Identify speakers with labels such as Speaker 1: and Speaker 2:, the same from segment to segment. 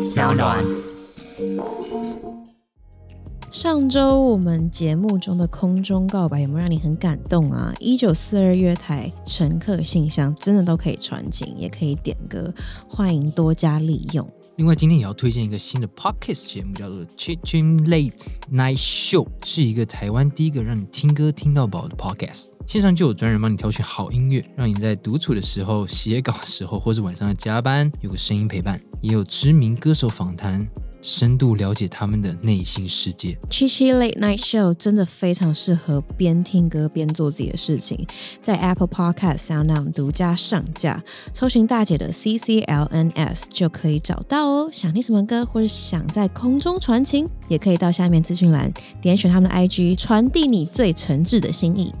Speaker 1: 小暖。
Speaker 2: 上周我们节目中的空中告白有没有让你很感动啊？一九四二月台乘客信箱真的都可以传情，也可以点歌，欢迎多加利用。
Speaker 1: 另外，今天也要推荐一个新的 podcast 节目，叫做《Chichin Late Night Show》，是一个台湾第一个让你听歌听到饱的 podcast。线上就有专人帮你挑选好音乐，让你在独处的时候、写稿的时候，或是晚上的加班，有个声音陪伴。也有知名歌手访谈，深度了解他们的内心世界。
Speaker 2: 七七 Late Night Show 真的非常适合边听歌边做自己的事情，在 Apple Podcast、Sound On 独家上架，搜寻大姐的 CCLNS 就可以找到哦。想听什么歌，或者想在空中传情，也可以到下面资讯栏点选他们的 IG，传递你最诚挚的心意。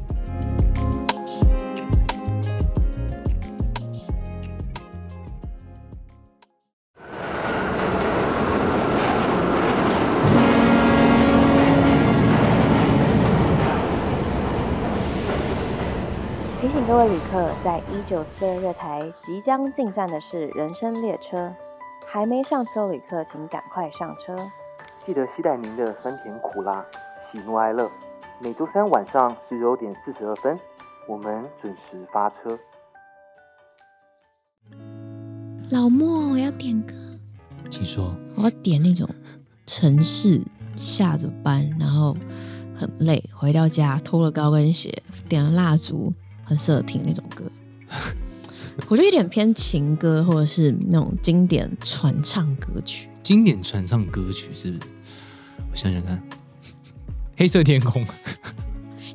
Speaker 3: 提醒各位旅客，在一九四二月台即将进站的是人生列车，还没上车旅客请赶快上车。
Speaker 4: 记得期待您的酸甜苦辣、喜怒哀乐。每周三晚上十九点四十二分，我们准时发车。
Speaker 2: 老莫，我要点歌，
Speaker 1: 请说，
Speaker 2: 我要点那种城市下着班，然后很累，回到家脱了高跟鞋，点了蜡烛，很适合听那种歌。 我觉得有点偏情歌，或者是那种经典传唱歌曲。
Speaker 1: 经典传唱歌曲是不是？我想想看， 《黑色天空》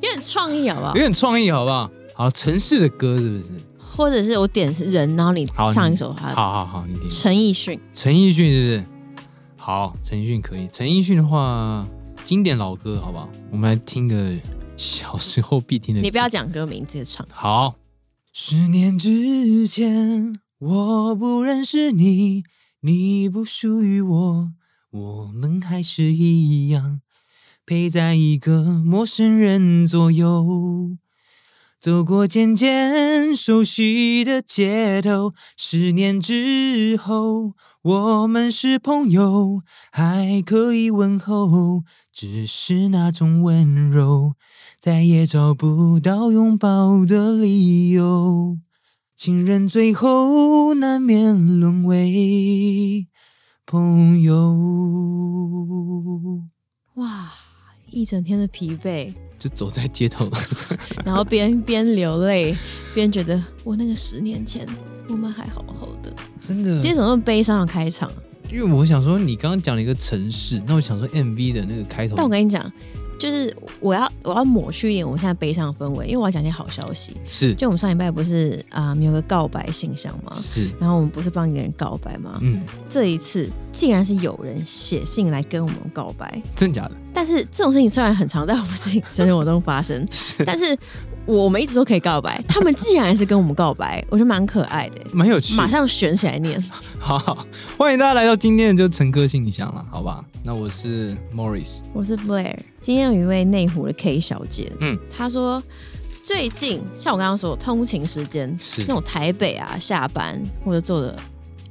Speaker 2: 有点创意好不好
Speaker 1: 有？点创意，好不好？好，城市的歌是不是？
Speaker 2: 或者是我点是人，然后你
Speaker 1: 好，
Speaker 2: 唱
Speaker 1: 你
Speaker 2: 一首他的
Speaker 1: 好好好，你点
Speaker 2: 陈奕迅，
Speaker 1: 陈奕迅是不是？好，陈奕迅可以。陈奕迅的话，经典老歌，好不好？我们来听个小时候必听的歌。
Speaker 2: 你不要讲歌名，直接唱。
Speaker 1: 好。十年之前，我不认识你，你不属于我，我们还是一样，陪在一个陌生人左右。走过渐渐熟悉的街头，十年之后，我们是朋友，还可以问候，只是那种温柔，再也找不到拥抱的理由。情人最后难免沦为朋友。
Speaker 2: 哇，一整天的疲惫，
Speaker 1: 就走在街头，
Speaker 2: 然后边边流泪，边觉得我那个十年前我们还好好的。
Speaker 1: 真的
Speaker 2: 今天怎么那么悲伤的开场啊？
Speaker 1: 因为我想说，你刚刚讲了一个城市，那我想说 MV 的那个开头，
Speaker 2: 但我跟你讲，就是我要我要抹去一点我现在悲伤的氛围，因为我要讲一些好消息。
Speaker 1: 是
Speaker 2: 就我们上礼拜不是啊、有个告白信箱吗？
Speaker 1: 是
Speaker 2: 然后我们不是帮一个人告白吗？
Speaker 1: 嗯，
Speaker 2: 这一次竟然是有人写信来跟我们告白，
Speaker 1: 真假的？
Speaker 2: 但是这种事情虽然很常在我们自己生活中发生，但 是我们一直都可以告白。他们既然是跟我们告白，我觉得蛮可爱的。
Speaker 1: 蛮有趣的。
Speaker 2: 马上选起来 念，
Speaker 1: 好欢迎大家来到今天的就陈歌信箱了，好吧？那我是 Morris，
Speaker 2: 我是 Blair。今天有一位内湖的 K 小姐，
Speaker 1: 嗯
Speaker 2: 嗯，她说最近像我刚刚说通勤时间
Speaker 1: 是
Speaker 2: 那种台北啊下班或者坐的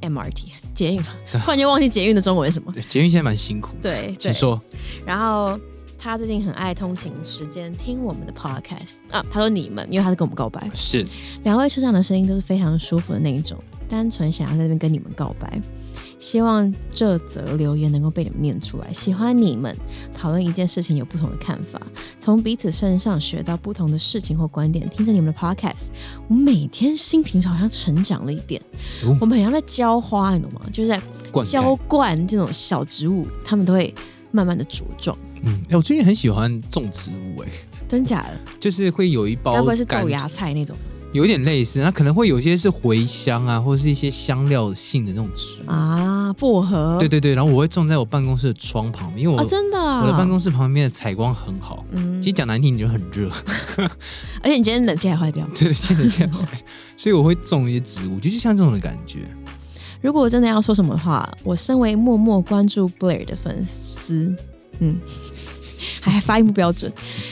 Speaker 2: MRT 捷 运嘛，啊突然间忘记捷运的中文是什么。
Speaker 1: 对，捷运现在蛮辛苦的，
Speaker 2: 对
Speaker 1: 请
Speaker 2: 对
Speaker 1: 说。
Speaker 2: 然后她最近很爱通勤时间听我们的 podcast 啊，她说你们，因为她是跟我们告白，
Speaker 1: 是
Speaker 2: 两位车长的声音都是非常舒服的那一种，单纯想要在这边跟你们告白。希望这则留言能够被你们念出来。喜欢你们讨论一件事情有不同的看法，从彼此身上学到不同的事情或观点。听着你们的 podcast，我每天心情好像成长了一点。
Speaker 1: 哦
Speaker 2: 我们好像在浇花，你懂吗？就是在
Speaker 1: 灌溉
Speaker 2: 浇灌这种小植物，它们都会慢慢的茁壮。
Speaker 1: 嗯，哎、我最近很喜欢种植物、哎，
Speaker 2: 真假的？
Speaker 1: 就是会有一包
Speaker 2: 该不会是
Speaker 1: 柑
Speaker 2: 豆芽菜那种
Speaker 1: 有一点类似，那可能会有一些是茴香啊，或者是一些香料性的那种植物。
Speaker 2: 啊？薄荷？
Speaker 1: 对对对，然后我会种在我办公室的窗旁边，因为我、
Speaker 2: 啊，真的啊、
Speaker 1: 我的办公室旁边的采光很好。
Speaker 2: 嗯
Speaker 1: 其实讲难听，你就很热，
Speaker 2: 而且你今天冷气还坏掉。
Speaker 1: 对对，真的 这样。所以我会种一些植物，就是像这种的感觉。
Speaker 2: 如果我真的要说什么的话，我身为默默关注 Blair 的粉丝，嗯， 还发音不标准，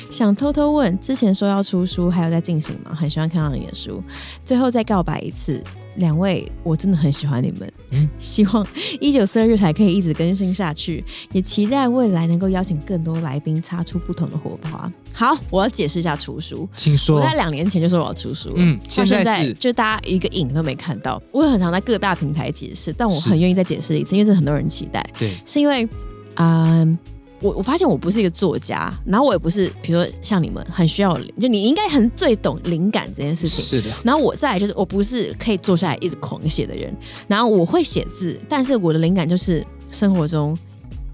Speaker 2: 想偷偷问，之前说要出书，还有在进行吗？很喜欢看到你的书，最后再告白一次。两位，我真的很喜欢你们，
Speaker 1: 嗯
Speaker 2: 希望一九四二日台可以一直更新下去，也期待未来能够邀请更多来宾，擦出不同的火花。好，我要解释一下出书。
Speaker 1: 请
Speaker 2: 我
Speaker 1: 说。
Speaker 2: 在两年前就说我要出书了，
Speaker 1: 嗯
Speaker 2: 到
Speaker 1: 现
Speaker 2: 现
Speaker 1: 在
Speaker 2: 在
Speaker 1: 是
Speaker 2: 就大家一个影都没看到。我也很常在各大平台解释，但我
Speaker 1: 是
Speaker 2: 很愿意再解释一次，因为这很多人期待。
Speaker 1: 对，
Speaker 2: 是因为，嗯、我我发现我不是一个作家，然后我也不是，比如说像你们很需要灵，就你应该很最懂灵感这件事情。
Speaker 1: 是的，
Speaker 2: 然后我再来就是，我不是可以坐下来一直狂写的人，然后我会写字，但是我的灵感就是生活中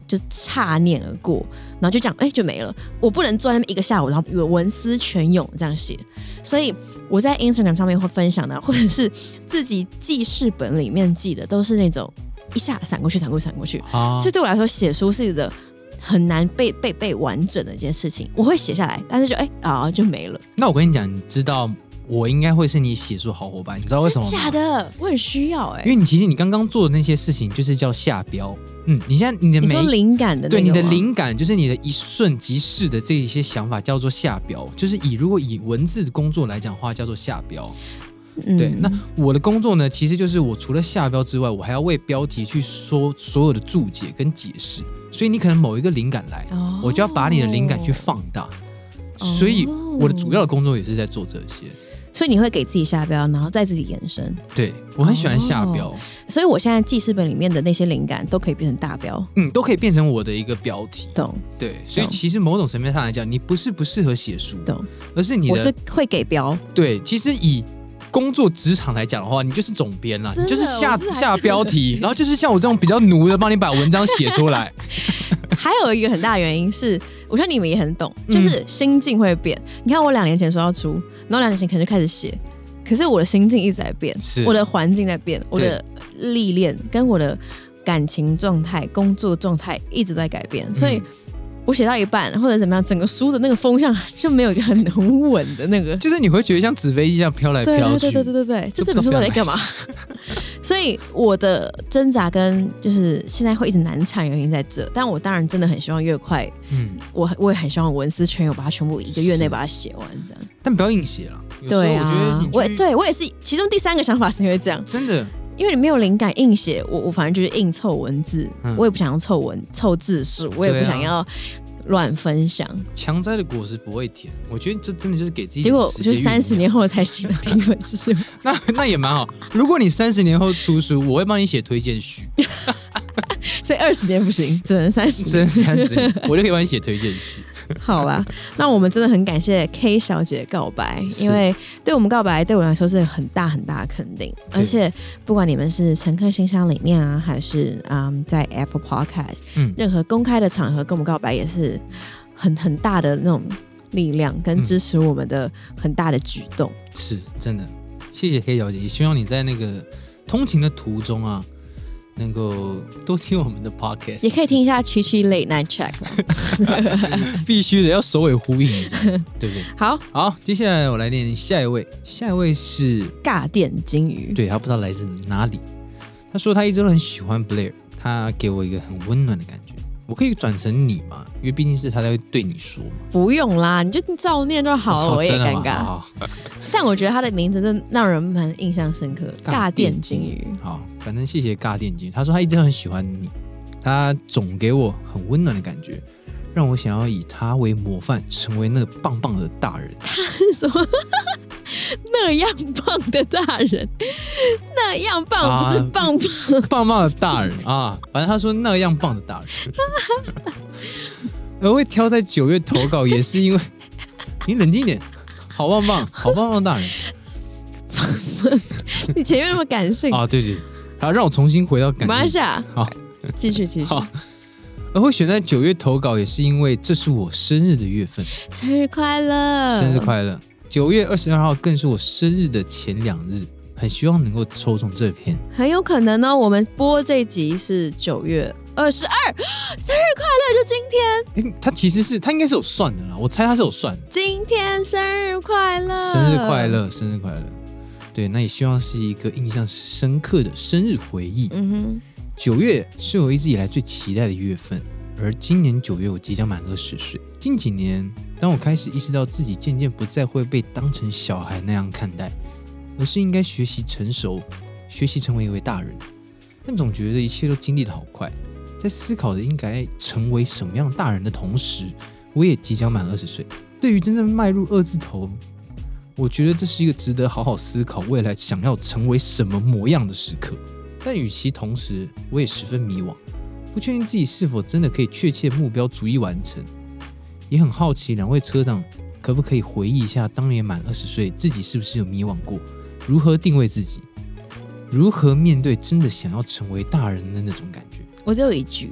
Speaker 2: 就擦念而过，然后就这样，哎、就没了。我不能坐在那边一个下午，然后语文思泉涌这样写，所以我在 Instagram 上面会分享的，或者是自己记事本里面记的，都是那种一下闪过去，闪过去，闪过去，
Speaker 1: 啊
Speaker 2: 所以对我来说，写书是一个很难被被被完整的一件事情。我会写下来，但是就哎啊、就没了。
Speaker 1: 那我跟你讲，你知道我应该会是你写作好伙伴，你知道为什么
Speaker 2: 真
Speaker 1: 吗？
Speaker 2: 假的，我很需要哎、
Speaker 1: 因为你其实你刚刚做的那些事情就是叫下标，嗯，你现在你的
Speaker 2: 你说
Speaker 1: 每一
Speaker 2: 灵感的那
Speaker 1: 对你
Speaker 2: 个
Speaker 1: 的
Speaker 2: 吗，
Speaker 1: 灵感，就是你的一瞬即逝的这一些想法叫做下标，就是以如果以文字工作来讲的话叫做下标。
Speaker 2: 嗯
Speaker 1: 对，那我的工作呢，其实就是我除了下标之外，我还要为标题去说所有的注解跟解释。所以你可能某一个灵感来，
Speaker 2: 哦
Speaker 1: 我就要把你的灵感去放大。所以我的主要的工作也是在做这些。
Speaker 2: 所以你会给自己下标，然后再自己延伸。
Speaker 1: 对我很喜欢下标，
Speaker 2: 哦所以我现在记事本里面的那些灵感都可以变成大标，
Speaker 1: 嗯，都可以变成我的一个标题。
Speaker 2: 懂
Speaker 1: 对，所以其实某种层面上来讲，你不是不适合写书，
Speaker 2: 懂？
Speaker 1: 而是你
Speaker 2: 我
Speaker 1: 的
Speaker 2: 是会给标，
Speaker 1: 对，其实以工作职场来讲的话，你就是总编啦，
Speaker 2: 真
Speaker 1: 你
Speaker 2: 的
Speaker 1: 就是下
Speaker 2: 我是还是
Speaker 1: 下 标题，然后就是像我这种比较奴的，帮你把文章写出来。
Speaker 2: 还有一个很大原因是，我觉得你们也很懂，
Speaker 1: 嗯
Speaker 2: 就是心境会变。你看我两年前说要出，然后两年前可能就开始写，可是我的心境一直在变
Speaker 1: 是，
Speaker 2: 我的环境在变，我的历练跟我的感情状态、工作状态一直在改
Speaker 1: 嗯
Speaker 2: 变，所以。我写到一半或者怎么样，整个书的那个风向就没有一个很很稳的那个
Speaker 1: 就是你会觉得像纸飞机一样飘来
Speaker 2: 对
Speaker 1: 飘
Speaker 2: 对
Speaker 1: 去。
Speaker 2: 对对对对对，就
Speaker 1: 就
Speaker 2: 这本
Speaker 1: 不
Speaker 2: 书
Speaker 1: 知道
Speaker 2: 到底
Speaker 1: 该
Speaker 2: 干 嘛？所以我的挣扎跟就是现在会一直难产原因在这，但我当然真的很希望越快，
Speaker 1: 嗯，
Speaker 2: 我我也很希望文思泉涌把它全部一个月内把它写完这样。
Speaker 1: 但不要硬写了。有时候
Speaker 2: 对
Speaker 1: 我觉得
Speaker 2: 啊
Speaker 1: 你，
Speaker 2: 我
Speaker 1: 去
Speaker 2: 对我也是，其中第三个想法是因为这样，
Speaker 1: 真的
Speaker 2: 因为你没有灵感硬写，我我反正就是硬凑文字，
Speaker 1: 嗯
Speaker 2: 我也不想要凑文凑字数，我也
Speaker 1: 对
Speaker 2: 不
Speaker 1: 啊
Speaker 2: 想要乱分享，
Speaker 1: 强摘的果实不会甜，我觉得这真的就是给自己
Speaker 2: 结果
Speaker 1: 时
Speaker 2: 就
Speaker 1: 间
Speaker 2: 是
Speaker 1: 酝酿
Speaker 2: 三十年，后才写的 评分之书。
Speaker 1: 那那也蛮好。如果你三十年后出书，我会帮你写推 荐序，
Speaker 2: 所以二十年不行，只能三十
Speaker 1: 真
Speaker 2: 年。
Speaker 1: 三十年我就可以帮你写推荐序。
Speaker 2: 好啦，那我们真的很感谢 K 小姐的告白，
Speaker 1: 是
Speaker 2: 因为对我们告白对我来说是很大很大的肯定，
Speaker 1: 对
Speaker 2: 而且不管你们是乘客信箱里面啊，还是嗯在 Apple Podcast，
Speaker 1: 嗯
Speaker 2: 任何公开的场合跟我们告白也是很很大的那种力量
Speaker 1: 嗯
Speaker 2: 跟支持我们的很大的举动。
Speaker 1: 是真的，谢谢黑小姐，也希望你在那个通勤的途中啊，能够多听我们的 podcast，
Speaker 2: 也可以听一下区区 Late Night Check 啦。
Speaker 1: 必须的，要首尾呼应一下，对不对？
Speaker 2: 好，
Speaker 1: 好，接下来我来念下一位，下一位是
Speaker 2: 尬电金鱼，
Speaker 1: 对他不知道来自哪里，他说他一直都很喜欢 Blair，他给我一个很温暖的感觉。我可以转成你吗？因为毕竟是他在对你说嘛。
Speaker 2: 不用啦，你就照念就好了，
Speaker 1: 哦
Speaker 2: 我也
Speaker 1: 真的
Speaker 2: 尴
Speaker 1: 吗
Speaker 2: 尬。
Speaker 1: 好好
Speaker 2: 但我觉得他的名字真的让人蛮印象深刻，尬电金鱼。
Speaker 1: 好，反正谢谢尬电金鱼。他说他一直很喜欢你，他总给我很温暖的感觉，让我想要以他为模范，成为那棒棒的大 人。
Speaker 2: 他是什么？那样棒的大人，那样棒
Speaker 1: 啊
Speaker 2: 不是棒棒？
Speaker 1: 棒棒的大人啊，反正他说那样棒的大人。 而会挑在九月投稿，也是因为你冷静一点，好棒 棒，好棒棒大人
Speaker 2: 你前面那么感性，
Speaker 1: 啊！对对，对好，让我重新回到
Speaker 2: 没
Speaker 1: 感
Speaker 2: 关
Speaker 1: 性
Speaker 2: 系啊，
Speaker 1: 好，
Speaker 2: 继续继续。
Speaker 1: 好。而会选在九月投稿，也是因为这是我生日的月份。
Speaker 2: 生日快乐！
Speaker 1: 生日快乐！九月二十二号更是我生日的前两日，很希望能够抽中这篇。
Speaker 2: 很有可能呢，我们播这集是九月二十二，生日快乐！就今天，
Speaker 1: 诶，他其实是他应该是有算的啦，我猜他是有算的。
Speaker 2: 今天生日快乐，
Speaker 1: 生日快！乐，生日快乐！对，那也希望是一个印象深刻的生日回忆。
Speaker 2: 嗯
Speaker 1: 九月是我一直以来最期待的月份，而今年九月我即将满二十岁。近几年，当我开始意识到自己渐渐不再会被当成小孩那样看待，而是应该学习成熟，学习成为一位大人，但总觉得一切都经历的好快。在思考着应该成为什么样大人的同时，我也即将满二十岁。对于真正迈入二字头，我觉得这是一个值得好好思考未来想要成为什么模样的时刻。但与其同时，我也十分迷惘，不确定自己是否真的可以确切目标逐一完成，也很好奇两位车长可不可以回忆一下当年满二十岁自己是不是有迷惘过，如何定位自己，如何面对真的想要成为大人的那种感觉。
Speaker 2: 我只有一句，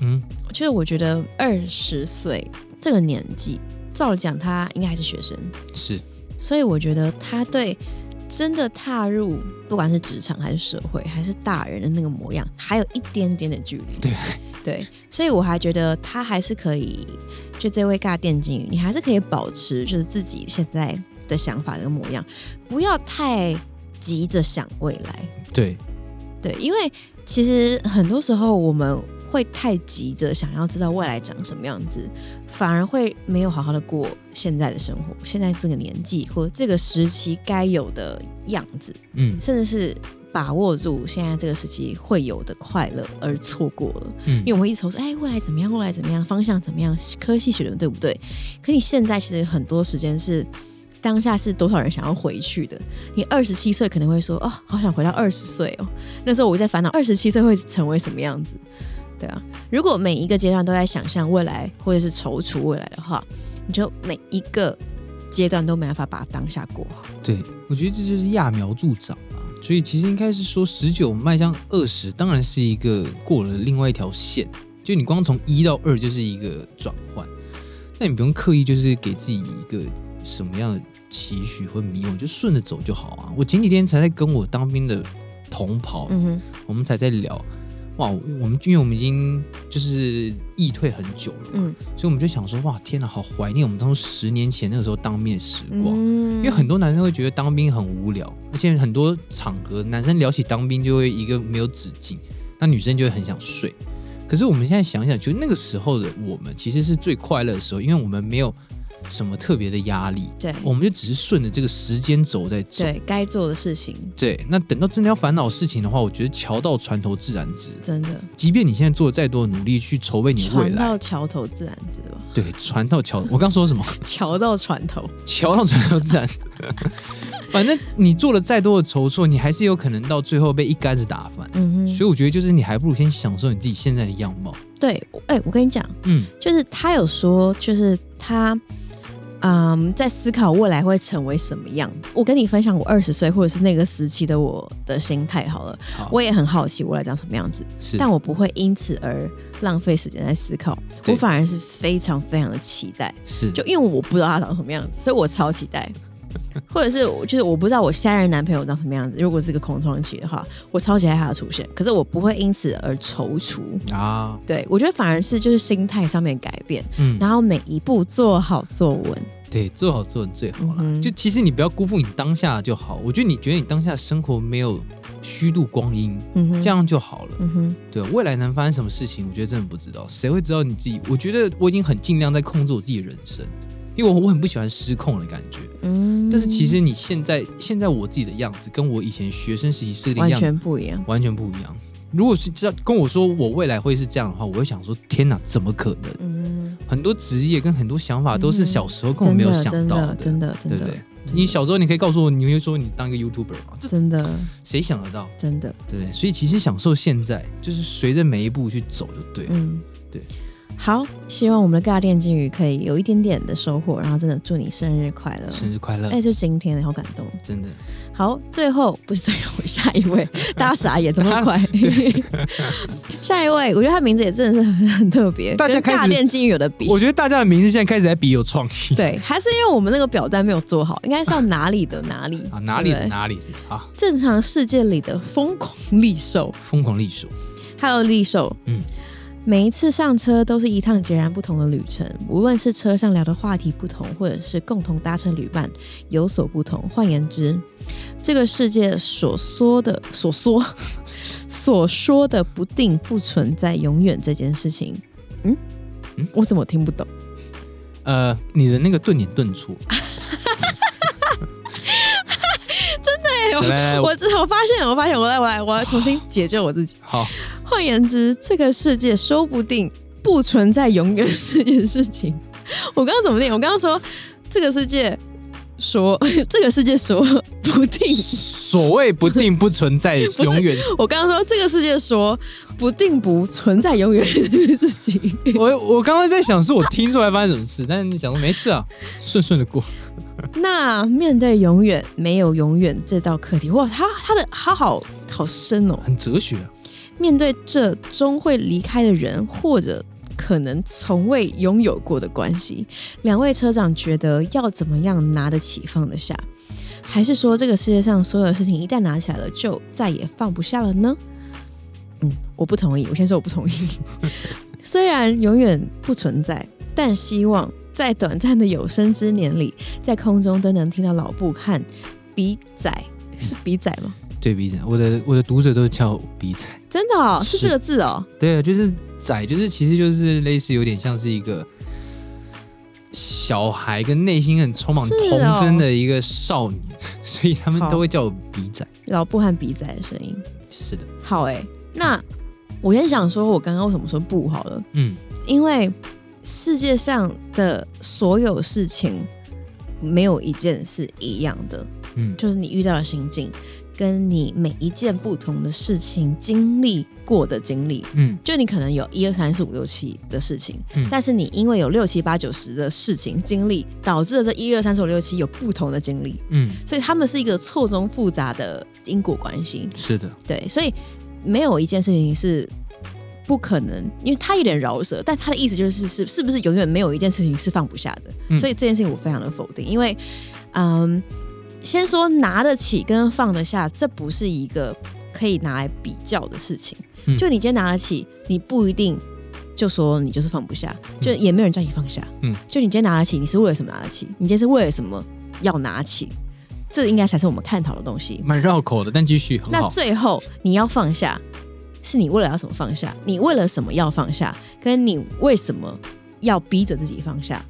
Speaker 1: 嗯，
Speaker 2: 就是我觉得二十岁这个年纪，照理讲他应该还是学生，
Speaker 1: 是
Speaker 2: 所以我觉得他对真的踏入不管是职场还是社会还是大人的那个模样，还有一点点的距离。
Speaker 1: 对
Speaker 2: 对，所以我还觉得他还是可以，就这位尬电竞鱼，你还是可以保持就是自己现在的想法的模样，不要太急着想未来。
Speaker 1: 对，
Speaker 2: 对，因为其实很多时候我们会太急着想要知道未来长什么样子，反而会没有好好的过现在的生活，现在这个年纪或这个时期该有的样子，
Speaker 1: 嗯
Speaker 2: 甚至是把握住现在这个时期会有的快乐而错过了。
Speaker 1: 嗯
Speaker 2: 因为我们一直说，哎，未来怎么样？未来怎么样？方向怎么样？科系学的对不对？可你现在其实很多时间是当下是多少人想要回去的？你二十七岁可能会说，哦，好想回到二十岁哦。那时候我在烦恼二十七岁会成为什么样子，对啊。如果每一个阶段都在想象未来，或者是踌躇未来的话，你就每一个阶段都没办法把当下过好。
Speaker 1: 对，我觉得这就是揠苗助长啊。所以其实应该是说，十九迈向二十，当然是一个过了另外一条线。就你光从一到二就是一个转换，那你不用刻意就是给自己一个什么样的期许或迷惘，就顺着走就好啊。我前几天才在跟我当兵的同袍，
Speaker 2: 嗯哼，
Speaker 1: 我们才在聊，哇，我们因为我们已经就是易退很久了嘛，
Speaker 2: 嗯
Speaker 1: 所以我们就想说，哇，天哪，好怀念我们当初十年前那个时候当兵的时光。
Speaker 2: 嗯，
Speaker 1: 因为很多男生会觉得当兵很无聊，而且很多场合男生聊起当兵就会一个没有止境，那女生就会很想睡。可是我们现在想一想，就那个时候的我们其实是最快乐的时候，因为我们没有什么特别的压力，
Speaker 2: 对
Speaker 1: 我们就只是顺着这个时间轴在走。
Speaker 2: 对该做的事情，
Speaker 1: 对那等到真的要烦恼事情的话，我觉得桥到船头自然直。
Speaker 2: 真的。
Speaker 1: 即便你现在做了再多的努力去筹备你的未
Speaker 2: 船
Speaker 1: 来，
Speaker 2: 到桥头自然直吧，
Speaker 1: 对，船到桥，我刚说什么？
Speaker 2: 桥到船头。
Speaker 1: 桥上船头自然。反正你做了再多的筹措，你还是有可能到最后被一竿子打翻。
Speaker 2: 嗯
Speaker 1: 所以我觉得，就是你还不如先享受你自己现在的样貌。
Speaker 2: 对，哎、我跟你讲，
Speaker 1: 嗯，
Speaker 2: 就是他有说，就是他，嗯，在思考未来会成为什么样。我跟你分享我二十岁或者是那个时期的我的心态好了，
Speaker 1: 好，
Speaker 2: 我也很好奇未来长什么样子，
Speaker 1: 是，
Speaker 2: 但我不会因此而浪费时间在思考，
Speaker 1: 对
Speaker 2: 我反而是非常非常的期待。
Speaker 1: 是，
Speaker 2: 就因为我不知道他长什么样子，所以我超期待。 或者是我就是我不知道我现任男朋友长什么样子，如果是个空窗期的话，我超期待他的出现。可是我不会因此而踌躇，
Speaker 1: 啊，
Speaker 2: 对我觉得反而是就是心态上面的改变，
Speaker 1: 嗯，
Speaker 2: 然后每一步做好做稳。
Speaker 1: 对，做好做人最好啦。
Speaker 2: 嗯哼
Speaker 1: 就其实你不要辜负你当下就好。我觉得你觉得你当下生活没有虚度光阴，
Speaker 2: 嗯哼
Speaker 1: 这，样就好了。
Speaker 2: 嗯哼，
Speaker 1: 对，未来能发生什么事情，我觉得真的不知道，谁会知道你自己？我觉得我已经很尽量在控制我自己的人生，因为我我很不喜欢失控的感觉。
Speaker 2: 嗯
Speaker 1: 但是其实你现在现在我自己的样子，跟我以前学生时期设定的
Speaker 2: 完
Speaker 1: 样子
Speaker 2: 全不一样。
Speaker 1: 完全不一样。如果是知道跟我说我未来会是这样的话，我会想说天哪，怎么可能？
Speaker 2: 嗯，
Speaker 1: 很多职业跟很多想法都是小时候根本
Speaker 2: 真
Speaker 1: 没有
Speaker 2: 的
Speaker 1: 想
Speaker 2: 真
Speaker 1: 到
Speaker 2: 的真的真
Speaker 1: 对
Speaker 2: 的
Speaker 1: 不对？你小时候你可以告诉我，你会说你当一个 YouTuber 吗？这
Speaker 2: 真的
Speaker 1: 谁想得到？
Speaker 2: 真的，
Speaker 1: 对不对？所以其实享受现在，就是随着每一步去走就对了。
Speaker 2: 嗯，
Speaker 1: 对。
Speaker 2: 好，希望我们的尬电金鱼可以有一点点的收获，然后真的祝你生日快乐！
Speaker 1: 生日快乐
Speaker 2: 哎、！就今天，好感动。
Speaker 1: 真的，
Speaker 2: 好，最后不是最后，下一 位，大家傻眼，这么快？ 下一位，我觉得他名字也真的是很很特别，
Speaker 1: 大家
Speaker 2: 跟
Speaker 1: 开始
Speaker 2: 大电竞有的比。
Speaker 1: 我觉得大家的名字现在开始在比有创意。
Speaker 2: 对，还是因为我们那个表单没有做好，应该是要哪里的哪里
Speaker 1: 啊，哪里
Speaker 2: 对
Speaker 1: 的
Speaker 2: 不对
Speaker 1: 哪里啊，
Speaker 2: 正常世界里的疯狂利兽，
Speaker 1: 疯狂历史。
Speaker 2: 还有利兽，
Speaker 1: 嗯
Speaker 2: 每一次上车都是一趟截然不同的旅程，无论是车上聊的话题不同，或者是共同搭乘旅伴有所不同。换言之，这个世界所说的所说 所说的不定不存在永远这件事情，嗯
Speaker 1: 嗯
Speaker 2: 我怎么听不懂？
Speaker 1: 呃，
Speaker 2: 啊
Speaker 1: 你的那个顿点顿挫，
Speaker 2: 哎、我
Speaker 1: 来来 来
Speaker 2: 我知道，我发现，我发现，我来，我来，我要重新解救我自己。
Speaker 1: 好，
Speaker 2: 换言之，这个世界说不定不存在永远这件事情。我刚刚怎么念？我刚刚说这个世界说 这个世界说不定，
Speaker 1: 所谓不定不存 在，永远。
Speaker 2: 我刚刚说这个世界说不定不存在永远这件事情。
Speaker 1: 我我刚刚在想，是我听出来发生什么事，但是你想说没事啊，顺顺的过。
Speaker 2: 那面对永远没有永远这道课题，哇，他他的他好好深哦。
Speaker 1: 很哲学啊、
Speaker 2: 面对这终会离开的人，或者可能从未拥有过的关系，两位车长觉得要怎么样拿得起放得下？还是说这个世界上所有的事情一旦拿起来了，就再也放不下了呢？嗯，我不同意。 我先说我不同意。虽然永远不存在，但希望在短暂的有生之年里，在空中都能听到老布和比仔是比仔吗？
Speaker 1: 对鼻仔，我的我的读者都是叫我鼻仔。
Speaker 2: 真的哦，是
Speaker 1: 是
Speaker 2: 这个字哦。
Speaker 1: 对啊，就是仔，就是其实就是类似有点像是一个小孩跟内心很充满
Speaker 2: 是哦
Speaker 1: 童真的一个少年，所以他们
Speaker 2: 好
Speaker 1: 都会叫我鼻仔。
Speaker 2: 老布和比仔的声音。
Speaker 1: 是的，
Speaker 2: 好哎、那我先想说，我刚刚为什么说不好了？
Speaker 1: 嗯，
Speaker 2: 因为世界上的所有事情，没有一件是一样的。
Speaker 1: 嗯
Speaker 2: 就是你遇到的心境，跟你每一件不同的事情经历过的经历，
Speaker 1: 嗯，
Speaker 2: 就你可能有一二三四五六七的事情，
Speaker 1: 嗯
Speaker 2: 但是你因为有六七八九十的事情经历，导致了这一二三四五六七有不同的经历，
Speaker 1: 嗯，
Speaker 2: 所以他们是一个错综复杂的因果关系。
Speaker 1: 是的，
Speaker 2: 对，所以没有一件事情是不可能，因为他有点饶舌，但他的意思就是是是不是永远没有一件事情是放不下的？
Speaker 1: 嗯
Speaker 2: 所以这件事情我非常的否定，因为嗯，先说拿得起跟放得下，这不是一个可以拿来比较的事情。
Speaker 1: 嗯
Speaker 2: 就你今天拿得起，你不一定。就说你就是放不下，就
Speaker 1: 嗯
Speaker 2: 也没有人叫你放下。
Speaker 1: 嗯，
Speaker 2: 就你今天拿得起，你是为了什么拿得起？你今天是为了什么要拿起？这应该才是我们探讨的东西。
Speaker 1: 蛮绕口的，但继续很
Speaker 2: 那
Speaker 1: 好。
Speaker 2: 最后你要放下，是你为了要什么放下？你为了什么要放下？跟你为什么要逼着自己放下？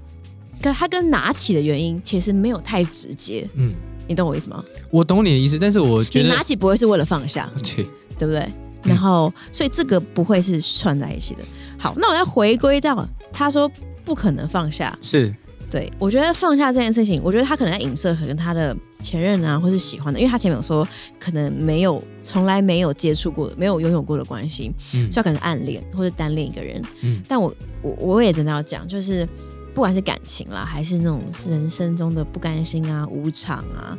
Speaker 2: 可它跟拿起的原因其实没有太直接，
Speaker 1: 嗯，
Speaker 2: 你懂我意思吗？
Speaker 1: 我懂你的意思，但是我觉
Speaker 2: 你
Speaker 1: 得
Speaker 2: 拿起不会是为了放下，
Speaker 1: 对，
Speaker 2: 对不对？然后，所以这个不会是串在一起的。好，那我要回归到他说不可能放下，
Speaker 1: 是
Speaker 2: 对，我觉得放下这件事情，我觉得他可能在影射可能他的前任啊，或是喜欢的，因为他前面有说可能没有从来没有接触过、没有拥有过的关系，所以
Speaker 1: 嗯
Speaker 2: 他可能是暗恋或者单恋一个人。
Speaker 1: 嗯
Speaker 2: 但我我我也真的要讲，就是不管是感情啦，还是那种人生中的不甘心啊、无常啊，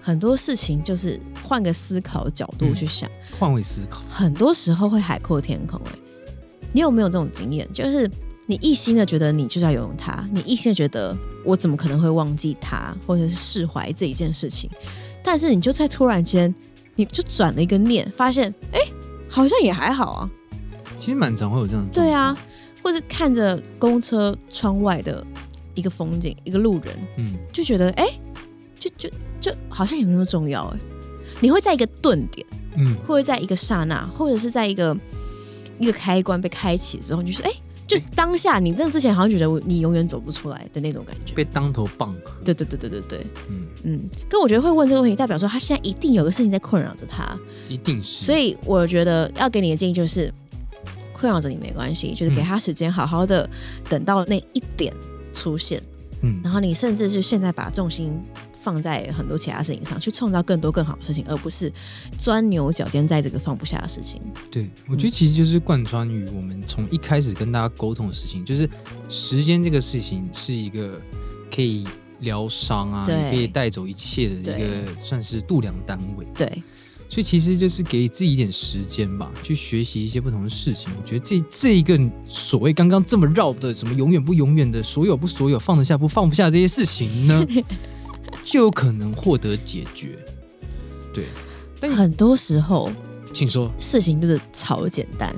Speaker 2: 很多事情就是换个思考角
Speaker 1: 嗯
Speaker 2: 度去想，
Speaker 1: 换位思考。
Speaker 2: 很多时候会海阔天空、欸。你有没有这种经验？就是你一心的觉得你就是要拥有它，你一心的觉得我怎么可能会忘记它，或者是释怀这一件事情，但是你就在突然间，你就转了一个念，发现哎、欸好像也还好啊，
Speaker 1: 其实蛮常会有这样的。
Speaker 2: 对，啊，或者看着公车窗外的一个风景，一个路人，
Speaker 1: 嗯，
Speaker 2: 就觉得哎、欸就就就好像也没那么重要哎、欸你会在一个顿点。
Speaker 1: 嗯，
Speaker 2: 或者在一个刹那，或者是在一个一个开关被开启之后，你就说哎、就当下你那之前好像觉得我你永远走不出来的那种感觉。
Speaker 1: 被当头棒喝。
Speaker 2: 对，对对对对对，
Speaker 1: 嗯，
Speaker 2: 嗯，跟我觉得会问这个问题，代表说他现在一定有个事情在困扰着他，
Speaker 1: 一定是。
Speaker 2: 所以我觉得要给你的建议就是，困扰着你没关系，就是给
Speaker 1: 嗯
Speaker 2: 他时间，好好的等到那一点出现，
Speaker 1: 嗯
Speaker 2: 然后你甚至是现在把重心放在很多其他事情上，去创造更多更好的事情，而不是钻牛角尖在这个放不下的事情。
Speaker 1: 对，我觉得其实就是贯穿于我们从一开始跟大家沟通的事情，就是时间这个事情是一个可以疗伤啊，
Speaker 2: 对
Speaker 1: 也可以带走一切的一
Speaker 2: 对
Speaker 1: 个算是度量单位。
Speaker 2: 对，
Speaker 1: 所以其实就是给自己一点时间吧，去学习一些不同的事情。我觉得这这一个所谓刚刚这么绕的什么永远不永远的所有不所有放得下不放不下这些事情 呢，就有可能获得解决。对，但
Speaker 2: 很多时候
Speaker 1: 请说。
Speaker 2: 事情就是超简 单，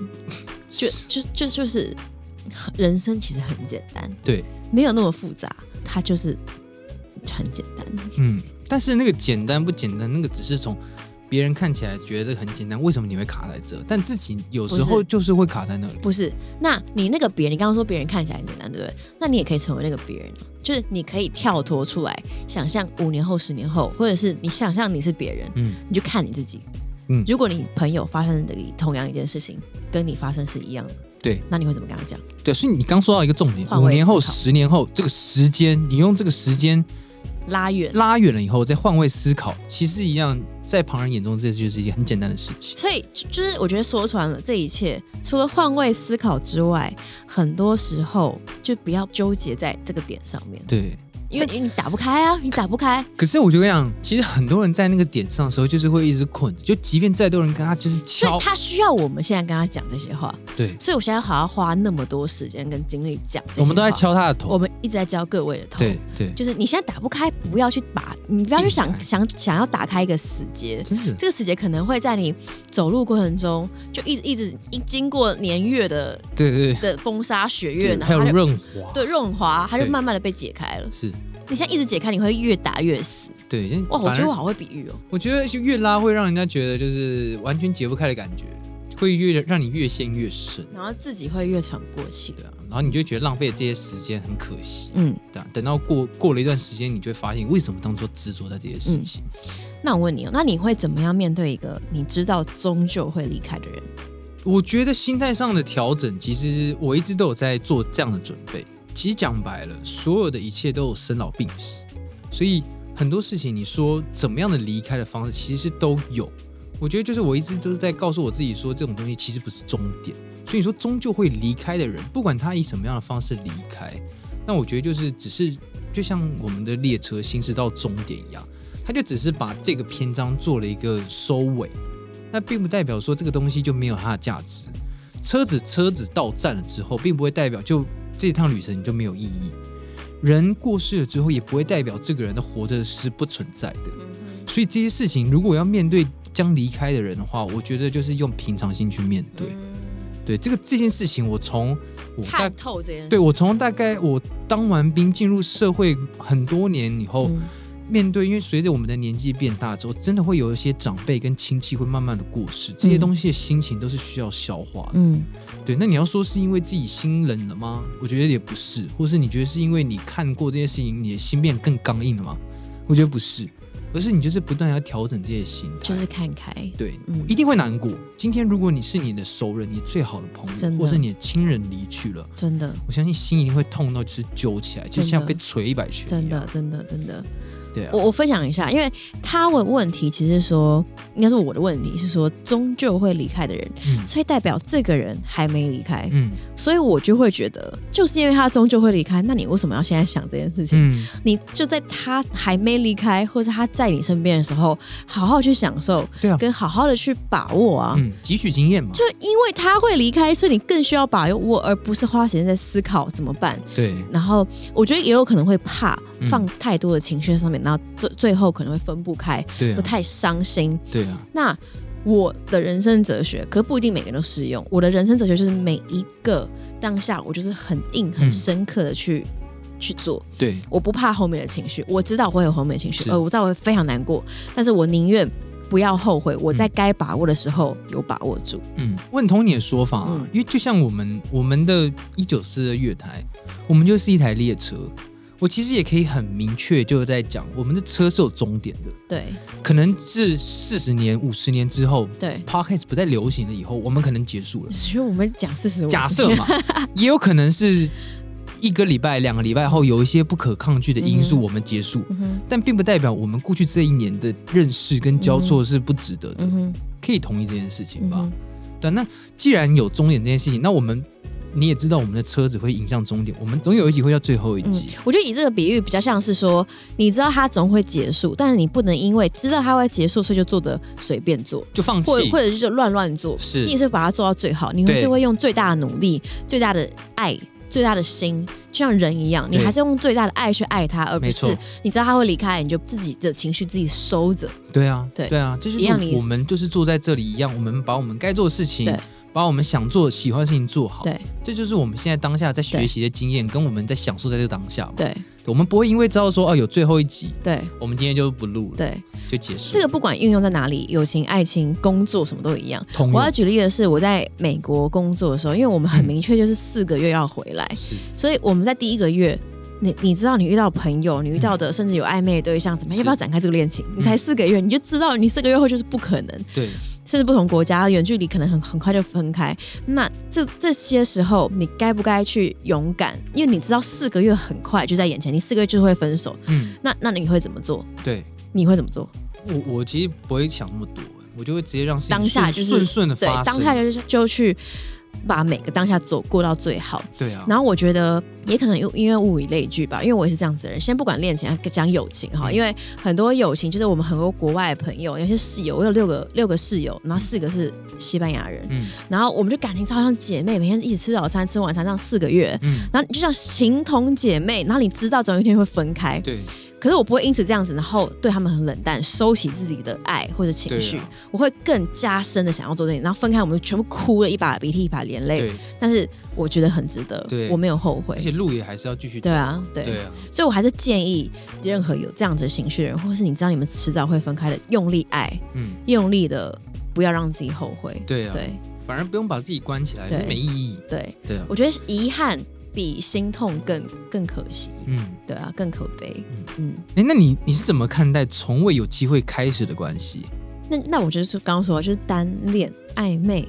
Speaker 2: 就就就就是人生其实很简单，
Speaker 1: 对，
Speaker 2: 没有那么复杂，它就是很简单。
Speaker 1: 嗯，但是那个简单不简单，那个只是从别人看起来觉得这个很简单，为什么你会卡在这？但自己有时
Speaker 2: 不
Speaker 1: 候
Speaker 2: 是
Speaker 1: 就是会卡在那里。
Speaker 2: 不是，那你那个别人，你刚刚说别人看起来很简单，对不对？那你也可以成为那个别人啊，就是你可以跳脱出来，想象五年后、十年后，或者是你想象你是别人，
Speaker 1: 嗯，
Speaker 2: 你就看你自己。
Speaker 1: 嗯
Speaker 2: 如果你朋友发生的同样一件事情，跟你发生是一样的，
Speaker 1: 对
Speaker 2: 那你会怎么跟他讲？
Speaker 1: 对，所以你刚说到一个重点，
Speaker 2: 换位
Speaker 1: 五年后、
Speaker 2: 思考
Speaker 1: 十年后，这个时间，你用这个时间
Speaker 2: 拉远。
Speaker 1: 拉远了以后，再换位思考，其实一样，在旁人眼中，这就是一件很简单的事情。
Speaker 2: 所以就就是我觉得说穿了，这一切除了换位思考之外，很多时候就不要纠结在这个点上面，
Speaker 1: 对，
Speaker 2: 因为你你打不开啊，你打不 开。
Speaker 1: 可是我就跟你讲，其实很多人在那个点上的时候，就是会一直困，就即便再多人跟他就是
Speaker 2: 所
Speaker 1: 敲
Speaker 2: 以，他需要我们现在跟他讲这些话，
Speaker 1: 对，
Speaker 2: 所以我现在还要花那么多时间跟精力讲这些话。
Speaker 1: 我们都在敲他的头，
Speaker 2: 我们一直在教各位的头。
Speaker 1: 对对，
Speaker 2: 就是你现在打不开，不要去把，你不要去
Speaker 1: 硬打
Speaker 2: 想想想要打开一个死结。
Speaker 1: 真的，
Speaker 2: 这个死结可能会在你走路过程中，就一直一直一经过年月的
Speaker 1: 对对对
Speaker 2: 的风沙雪月，
Speaker 1: 对，
Speaker 2: 然
Speaker 1: 还
Speaker 2: 后
Speaker 1: 有
Speaker 2: 它就
Speaker 1: 润滑，
Speaker 2: 对润滑，它就
Speaker 1: 对
Speaker 2: 慢慢的被解开了。
Speaker 1: 是，
Speaker 2: 你现在一直解开，你会越打越死。
Speaker 1: 对，因为
Speaker 2: 哇，我
Speaker 1: 反
Speaker 2: 觉得
Speaker 1: 而
Speaker 2: 我好会比喻哦。
Speaker 1: 我觉得就越拉会让人家觉得就是完全解不开的感觉，会越让你越陷越深，
Speaker 2: 然后自己会越喘不过气。
Speaker 1: 对啊，然后你就觉得浪费这些时间很可惜，
Speaker 2: 嗯，
Speaker 1: 对啊，等到过过了一段时间，你就会发现为什么当初执着在这些事情，
Speaker 2: 那我问你哦，那你会怎么样面对一个你知道终究会离开的人？
Speaker 1: 我觉得心态上的调整，其实我一直都有在做这样的准备。其实讲白了，所有的一切都有生老病死，所以很多事情你说怎么样的离开的方式，其实都有。我觉得就是我一直都是在告诉我自己说，这种东西其实不是终点。所以你说终究会离开的人，不管他以什么样的方式离开，那我觉得就是只是就像我们的列车行驶到终点一样，他就只是把这个篇章做了一个收尾。那并不代表说这个东西就没有它的价值。车子车子到站了之后，并不会代表就这趟旅程就没有意义。人过世了之后，也不会代表这个人的活着是不存在的。所以这些事情，如果要面对将离开的人的话，我觉得就是用平常心去面对。
Speaker 2: 嗯
Speaker 1: 对这个这件事情，我从我大
Speaker 2: 看透这件事。
Speaker 1: 嗯对我从大概我当完兵进入社会很多年以后，
Speaker 2: 嗯
Speaker 1: 面对，因为随着我们的年纪变大之后，真的会有一些长辈跟亲戚会慢慢的过世，这些东西的心情都是需要消化的。
Speaker 2: 嗯
Speaker 1: 对，那你要说是因为自己心冷了吗？我觉得也不是，或是你觉得是因为你看过这些事情，你的心变更刚硬了吗？我觉得不是，而是你就是不断地要调整这些心
Speaker 2: 就
Speaker 1: 态。
Speaker 2: 是看开。
Speaker 1: 对，
Speaker 2: 嗯
Speaker 1: 一定会难过。今天如果你是你的熟人，你最好的朋
Speaker 2: 真
Speaker 1: 友，
Speaker 2: 的
Speaker 1: 或是你的亲人离去了，
Speaker 2: 真的，
Speaker 1: 我相信心一定会痛到就是揪起来，就像被捶一百拳。
Speaker 2: 真的，，真的，真的。
Speaker 1: 对啊，
Speaker 2: 我我分享一下，因为他问问题，其实说应该是我的问题是说，终究会离开的人，
Speaker 1: 嗯
Speaker 2: 所以代表这个人还没离开，
Speaker 1: 嗯
Speaker 2: 所以我就会觉得，就是因为他终究会离开，那你为什么要现在想这件事情？
Speaker 1: 嗯，
Speaker 2: 你就在他还没离开，或是他在你身边的时候，好好去享受，
Speaker 1: 对啊，
Speaker 2: 跟好好的去把握啊。
Speaker 1: 嗯，汲取经验嘛。
Speaker 2: 就因为他会离开，所以你更需要把握，而不是花时间在思考怎么办。
Speaker 1: 对，
Speaker 2: 然后我觉得也有可能会怕
Speaker 1: 嗯
Speaker 2: 放太多的情绪在上面，然后最最后可能会分不开，
Speaker 1: 对
Speaker 2: 会
Speaker 1: 啊，
Speaker 2: 太伤心。
Speaker 1: 对啊，
Speaker 2: 那我的人生哲学，可不一定每个人都适用。我的人生哲学就是每一个当下，我就是很硬、很
Speaker 1: 嗯
Speaker 2: 深刻的去、去做。
Speaker 1: 对，
Speaker 2: 我不怕后面的情绪，我知道我会有后面的情绪，
Speaker 1: 是
Speaker 2: 呃，我知道我会非常难过，但是我宁愿不要后悔，我在该把握的时候有把握住。
Speaker 1: 嗯，问同你的说法、啊，
Speaker 2: 嗯
Speaker 1: 因为就像我们我们的一九四的月台，我们就是一台列车。我其实也可以很明确，就是在讲我们的车是有终点的，
Speaker 2: 对
Speaker 1: 可能是四十年、五十年之后
Speaker 2: 对，
Speaker 1: ，podcast 不再流行了以后，我们可能结束了。
Speaker 2: 所以我们讲事实，
Speaker 1: 假设嘛，也有可能是一个礼拜、两个礼拜后，有一些不可抗拒的因素，我们结束，
Speaker 2: 嗯哼，
Speaker 1: 但并不代表我们过去这一年的认识跟交错是不值得的。
Speaker 2: 嗯哼，
Speaker 1: 可以同意这件事情
Speaker 2: 嗯
Speaker 1: 吧
Speaker 2: 哼？，
Speaker 1: 对，那既然有终点这件事情，那我们你也知道，我们的车子会影响终点，我们总有一集会叫最后一
Speaker 2: 嗯
Speaker 1: 集。，
Speaker 2: 我觉得以这个比喻比较像是说，你知道它总会结束，但是你不能因为知道它会结束，所以就做的随便做。
Speaker 1: 就放
Speaker 2: 或
Speaker 1: 弃
Speaker 2: 或，者是就乱乱做，
Speaker 1: 是
Speaker 2: 你也是把它做到最好，你会
Speaker 1: 对
Speaker 2: 是会用最大的努力、最大的爱、最大的心，就像人一样，你
Speaker 1: 对
Speaker 2: 还是用最大的爱去爱他，而不
Speaker 1: 没错
Speaker 2: 是你知道他会离开，你就自己的情绪自己收着。
Speaker 1: 对啊，
Speaker 2: 对
Speaker 1: 啊，这就
Speaker 2: 一样的
Speaker 1: 是
Speaker 2: 意思
Speaker 1: 我们就是坐在这里一样，我们把我们该做的事情
Speaker 2: 对，
Speaker 1: 把我们想做、喜欢的事情做好。，
Speaker 2: 对
Speaker 1: 这就是我们现在当下在学习的经验，跟我们在享受在这个当下嘛。
Speaker 2: 对
Speaker 1: 我们不会因为知道说哦有最后一集，
Speaker 2: 对
Speaker 1: 我们今天就不录了，
Speaker 2: 对，
Speaker 1: 就结束。
Speaker 2: 这个不管运用在哪里，友情、爱情、工作什么都一样。
Speaker 1: 通
Speaker 2: 我要
Speaker 1: 用
Speaker 2: 举例的是，我在美国工作的时候，因为我们很
Speaker 1: 嗯
Speaker 2: 明确就是四个月要回来，
Speaker 1: 是
Speaker 2: 所以我们在第一个月，你你知道你遇到朋友，你遇到的甚至有暧昧的对象，怎么样？
Speaker 1: 是
Speaker 2: 要不要展开这个恋情？你才四个月，你就知道你四个月后就是不可能，
Speaker 1: 对，
Speaker 2: 甚至不同国家远距离可能很很快就分开。那这这些时候，你该不该去勇敢？因为你知道四个月很快就在眼前，你四个月就会分手。
Speaker 1: 嗯，
Speaker 2: 那那你会怎么做？
Speaker 1: 对
Speaker 2: 你会怎么做？
Speaker 1: 我我其实不会想那么多，我就会直接让事情
Speaker 2: 当下
Speaker 1: 顺
Speaker 2: 就是
Speaker 1: 顺顺的
Speaker 2: 对
Speaker 1: 发，生。
Speaker 2: 当下就是就去把每个当下走过到最好。
Speaker 1: 对啊，
Speaker 2: 然后我觉得也可能因因为物以类聚吧，因为我也是这样子的人。先不管恋情，啊讲友情哈，
Speaker 1: 嗯
Speaker 2: 因为很多友情就是我们很多国外的朋友，有些室友，我有六个六个室友，然后四个是西班牙人，
Speaker 1: 嗯
Speaker 2: 然后我们就感情超像姐妹，每天一起吃早餐、吃晚餐，这样四个月。
Speaker 1: 嗯，
Speaker 2: 然后你就像情同姐妹，然后你知道总有一天会分开，
Speaker 1: 对，
Speaker 2: 可是我不会因此这样子，然后对他们很冷淡，收起自己的爱或者情
Speaker 1: 对
Speaker 2: 绪，
Speaker 1: 啊
Speaker 2: 我会更加深的想要做这件事，然后分开我们全部哭了一把鼻涕一把眼泪，
Speaker 1: 对，
Speaker 2: 但是我觉得很值得
Speaker 1: 对，
Speaker 2: 我没有后悔
Speaker 1: 而。且路也还是要继续走
Speaker 2: 对。啊，对，
Speaker 1: 对啊，
Speaker 2: 所以我还是建议任何有这样子的情绪的人，或是你知道你们迟早会分开的，用力爱，
Speaker 1: 嗯，
Speaker 2: 用力的，不要让自己后悔。
Speaker 1: 对啊，
Speaker 2: 对
Speaker 1: 反而不用把自己关起来，
Speaker 2: 对
Speaker 1: 没意义。
Speaker 2: 对，
Speaker 1: 对啊，
Speaker 2: 我觉得遗憾比心痛更更可惜，
Speaker 1: 嗯，
Speaker 2: 对啊，更可悲。嗯，
Speaker 1: 哎，那你你是怎么看待从未有机会开始的关系？
Speaker 2: 那那我觉得是刚刚说的就是单恋、暧昧，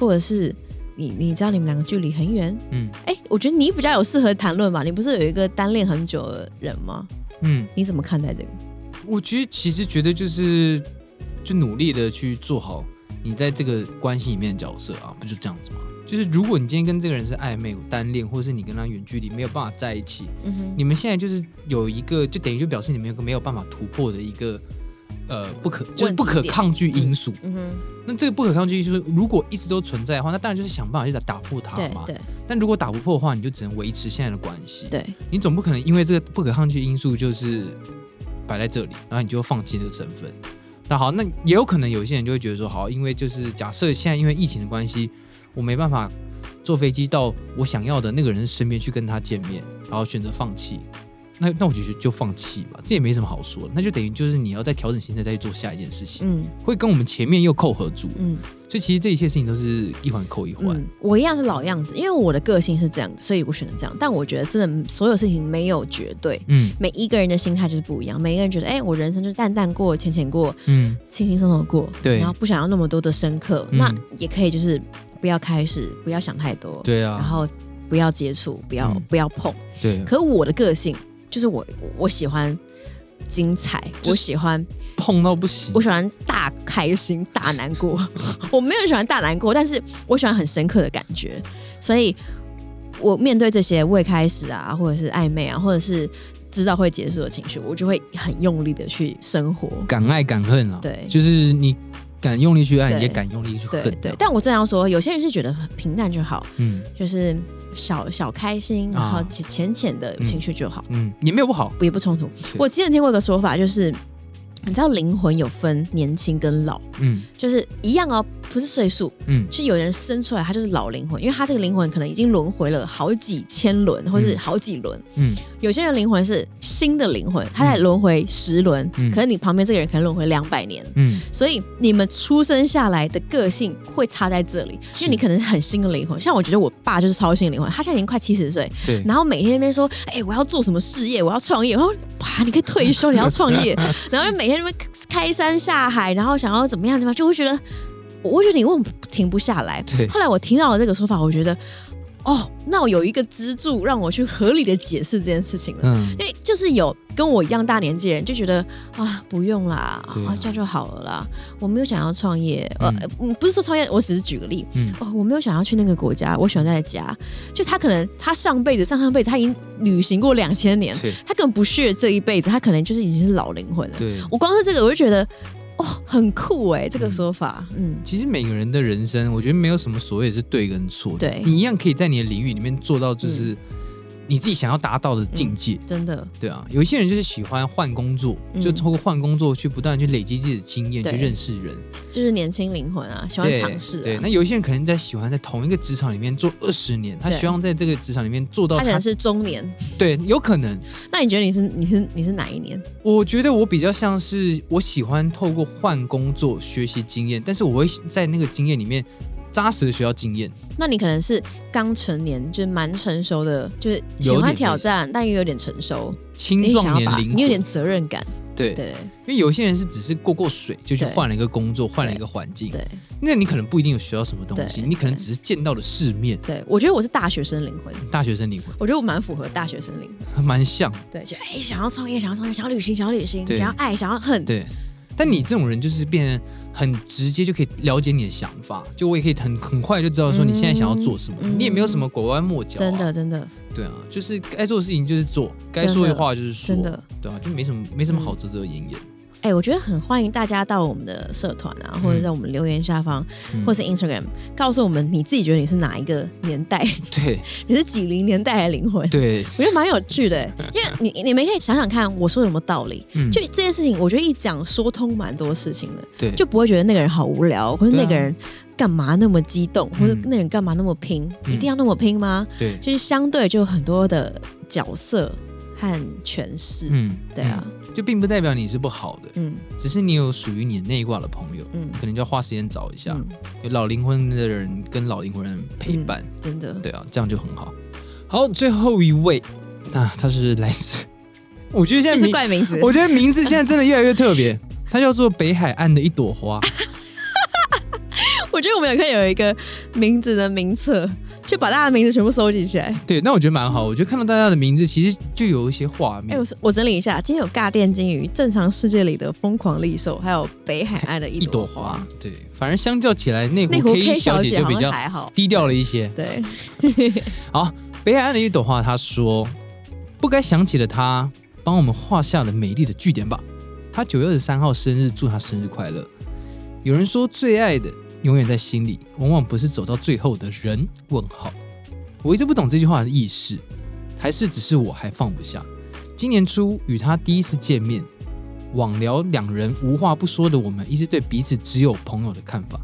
Speaker 2: 或者是你你知道你们两个距离很远，
Speaker 1: 嗯
Speaker 2: 哎，我觉得你比较有适合谈论吧。你不是有一个单恋很久的人吗？
Speaker 1: 嗯，
Speaker 2: 你怎么看待这个？
Speaker 1: 我觉得其实觉得就是就努力的去做好你在这个关系里面的角色啊，不就这样子吗？就是如果你今天跟这个人是暧昧、单恋，或是你跟他远距离没有办法在一起，
Speaker 2: 嗯哼，
Speaker 1: 你们现在就是有一个，就等于就表示你们有个没有办法突破的一个呃不可就是不可
Speaker 2: 问题点
Speaker 1: 抗拒因素。
Speaker 2: 嗯哼，
Speaker 1: 那这个不可抗拒因素如果一直都存在的话，那当然就是想办法去打打破它
Speaker 2: 对
Speaker 1: 嘛。
Speaker 2: 对
Speaker 1: 但如果打不破的话，你就只能维持现在的关系。
Speaker 2: 对，
Speaker 1: 你总不可能因为这个不可抗拒因素就是摆在这里，然后你就放弃这个成分。那好，那也有可能有些人就会觉得说，好，因为就是假设现在因为疫情的关系，我没办法坐飞机到我想要的那个人身边去跟他见面，然后选择放弃。那那我就觉得就放弃吧，这也没什么好说的。那就等于就是你要再调整心态，再去做下一件事情，
Speaker 2: 嗯
Speaker 1: 会跟我们前面又扣合住。
Speaker 2: 嗯。
Speaker 1: 所以其实这一切事情都是一环扣一环。
Speaker 2: 嗯，我一样是老样子，因为我的个性是这样子，所以我选择这样。但我觉得真的所有事情没有绝对，
Speaker 1: 嗯
Speaker 2: 每一个人的心态就是不一样。每一个人觉得，哎、我人生就淡淡过、浅浅过、
Speaker 1: 嗯
Speaker 2: 轻轻松松地过，
Speaker 1: 对
Speaker 2: 然后不想要那么多的深刻，
Speaker 1: 嗯
Speaker 2: 那也可以就是不要开始，不要想太多，
Speaker 1: 对啊，
Speaker 2: 然后不要接触，不要、
Speaker 1: 嗯
Speaker 2: 不要碰。
Speaker 1: 对
Speaker 2: 可我的个性就是我我喜欢。精彩，
Speaker 1: 就是
Speaker 2: 我喜欢，
Speaker 1: 碰到不行啊
Speaker 2: 我。喜欢大开心、大难过。
Speaker 1: 嗯
Speaker 2: 我没有喜欢大难过，但是我喜欢很深刻的感觉。所以，我面对这些未开始啊，或者是暧昧啊，或者是知道会结束的情绪，我就会很用力的去生活。
Speaker 1: 敢爱敢恨啊，
Speaker 2: 对
Speaker 1: 就是你敢用力去爱，
Speaker 2: 对
Speaker 1: 你也敢用力去
Speaker 2: 对
Speaker 1: 恨，啊
Speaker 2: 对，但我真的要说，有些人是觉得平淡就好，
Speaker 1: 嗯
Speaker 2: 就是小小开心，然后
Speaker 1: 啊
Speaker 2: 浅浅浅的情绪就好，
Speaker 1: 嗯，也没有不好，
Speaker 2: 也不冲突。我之前听过一个说法，就是你知道灵魂有分年轻跟老，
Speaker 1: 嗯
Speaker 2: 就是一样哦，不是岁数，
Speaker 1: 嗯
Speaker 2: 是有人生出来他就是老灵魂，因为他这个灵魂可能已经轮回了好几千轮，或是好几轮。
Speaker 1: 嗯
Speaker 2: 有些人灵魂是新的灵魂，他在轮回十轮，
Speaker 1: 嗯
Speaker 2: 可是你旁边这个人可能轮回两百年。
Speaker 1: 嗯，
Speaker 2: 所以你们出生下来的个性会差在这里，因为你可能是很新的灵魂。像我觉得我爸就是超新的灵魂，他现在已经快七十岁，
Speaker 1: 对，
Speaker 2: 然后每天在那边说，哎、我要做什么事业，我要创业，然后哇，你可以退休，你要创 业，然后就每天在那边开山下海，然后想要怎么样怎么样，就会觉得，我会觉得你为什么停不下来
Speaker 1: 对？
Speaker 2: 后来我听到了这个说法，我觉得，哦，那我有一个支柱让我去合理的解释这件事情了。
Speaker 1: 嗯
Speaker 2: 因为就是有跟我一样大年纪的人就觉得啊，不用啦，啊
Speaker 1: 对啊
Speaker 2: 这样就好了啦。我没有想要创业，
Speaker 1: 嗯
Speaker 2: 呃，嗯不是说创业，我只是举个例，
Speaker 1: 嗯
Speaker 2: 哦，我没有想要去那个国家，我喜欢在家。就他可能他上辈子、上上辈子他已经旅行过两千年，
Speaker 1: 对
Speaker 2: 他根本不屑这一辈子，他可能就是已经是老灵魂了。
Speaker 1: 对。
Speaker 2: 我光是这个我就觉得哦，很酷哎、这个说法，嗯
Speaker 1: 其实每个人的人生，我觉得没有什么所谓是对跟错的，
Speaker 2: 对嗯
Speaker 1: 你一样可以在你的领域里面做到就是你自己想要达到的境界。
Speaker 2: 真的，
Speaker 1: 对啊，有一些人就是喜欢换工作，
Speaker 2: 嗯
Speaker 1: 就透过换工作去不断地去累积自己的经验，
Speaker 2: 对
Speaker 1: 去认识人，
Speaker 2: 就是年轻灵魂啊，喜欢
Speaker 1: 对
Speaker 2: 尝试、啊。
Speaker 1: 对，那有一些人可能在喜欢在同一个职场里面做二十年，他
Speaker 2: 对
Speaker 1: 希望在这个职场里面做到
Speaker 2: 他可
Speaker 1: 他
Speaker 2: 能是中年，
Speaker 1: 对，有可能。
Speaker 2: 那你觉得你是你是你是哪一年？
Speaker 1: 我觉得我比较像是我喜欢透过换工作学习经验，但是我会在那个经验里面扎实的学到经验。
Speaker 2: 那你可能是刚成年，就是蛮成熟的，就是喜
Speaker 1: 有
Speaker 2: 欢
Speaker 1: 点
Speaker 2: 挑战，但又有点成熟，
Speaker 1: 青
Speaker 2: 你
Speaker 1: 壮
Speaker 2: 想要
Speaker 1: 年
Speaker 2: 把
Speaker 1: 灵
Speaker 2: 你有
Speaker 1: 魂
Speaker 2: 点责任感，
Speaker 1: 对，
Speaker 2: 对
Speaker 1: 因为有些人是只是过过水就去
Speaker 2: 对
Speaker 1: 换了一个工作，换了一个环境，
Speaker 2: 对
Speaker 1: 那你可能不一定有学到什么东西，
Speaker 2: 对
Speaker 1: 你可能
Speaker 2: 对
Speaker 1: 只是见到了世面。
Speaker 2: 对。我觉得我是大学生灵魂，
Speaker 1: 大学生灵魂
Speaker 2: 我觉得我蛮符合大学生灵魂，
Speaker 1: 还蛮像，
Speaker 2: 对，就哎、想要创业，想要创业，想要旅行，想要旅行，
Speaker 1: 对
Speaker 2: 想要爱，想要恨，
Speaker 1: 对。但你这种人就是变得很直接，就可以了解你的想法，就我也可以很很快就知道说你现在想要做什么，
Speaker 2: 嗯嗯
Speaker 1: 你也没有什么拐弯抹角、
Speaker 2: 真的，真的，
Speaker 1: 对啊，就是该做的事情就是做，该
Speaker 2: 真的
Speaker 1: 说的话就是说，
Speaker 2: 真的嗯
Speaker 1: 对啊，就没什么没什么好遮遮掩掩，
Speaker 2: 哎、我觉得很欢迎大家到我们的社团啊，或者在我们留言下方，
Speaker 1: 嗯
Speaker 2: 或是 Instagram，告诉我们你自己觉得你是哪一个年代，
Speaker 1: 对
Speaker 2: 你是几零年代的灵魂。
Speaker 1: 对，
Speaker 2: 我觉得蛮有趣的，欸因为你你们可以想想看，我说的有没有道理？
Speaker 1: 嗯
Speaker 2: 就这件事情，我觉得一讲说通蛮多事情的，
Speaker 1: 对
Speaker 2: 就不会觉得那个人好无聊，或者
Speaker 1: 对啊
Speaker 2: 那个人干嘛那么激动，或者
Speaker 1: 嗯
Speaker 2: 那个人干嘛那么拼，
Speaker 1: 嗯
Speaker 2: 一定要那么拼吗？
Speaker 1: 对，
Speaker 2: 就是相对就有很多的角色和诠释，
Speaker 1: 嗯，
Speaker 2: 对啊
Speaker 1: 嗯，就并不代表你是不好的，
Speaker 2: 嗯
Speaker 1: 只是你有属于你内挂的朋友，
Speaker 2: 嗯
Speaker 1: 可能就要花时间找一下，
Speaker 2: 嗯，
Speaker 1: 有老灵魂的人跟老灵魂的人陪伴，
Speaker 2: 真的，
Speaker 1: 对啊，这样就很好。好，最后一位，那、他是来自，我觉得现
Speaker 2: 就
Speaker 1: 在
Speaker 2: 是
Speaker 1: 名，
Speaker 2: 怪名字，
Speaker 1: 我觉得名字现在真的越来越特别，它叫做北海岸的一朵花，
Speaker 2: 我觉得我们也可以有一个名字的名册，就把大家的名字全部收集起来。
Speaker 1: 对，那我觉得蛮好，我觉得看到大家的名字，其实就有一些画
Speaker 2: 哎、
Speaker 1: 面。
Speaker 2: 我我整理一下，今天有尬电金鱼、正常世界里的疯狂利兽，还有北海岸的一
Speaker 1: 一
Speaker 2: 朵
Speaker 1: 朵花
Speaker 2: 花。，
Speaker 1: 对，反正相较起来，内
Speaker 2: 内
Speaker 1: 湖
Speaker 2: 湖
Speaker 1: K
Speaker 2: K
Speaker 1: 小
Speaker 2: 小
Speaker 1: 姐
Speaker 2: 姐
Speaker 1: 就
Speaker 2: 好
Speaker 1: 比
Speaker 2: 像
Speaker 1: 较
Speaker 2: 还好，
Speaker 1: 低调了一些。
Speaker 2: 对，
Speaker 1: 好，北海岸的一朵花，她说：“不该想起的她，帮我们画下了美丽的句点吧。”她九月二十三号生日，祝她生日快乐。有人说，最爱的永远在心里，往往不是走到最后的人。问号，我一直不懂这句话的意思，还是只是我还放不下。今年初与她第一次见面，网聊两人无话不说的我们，一直对彼此只有朋友的看法。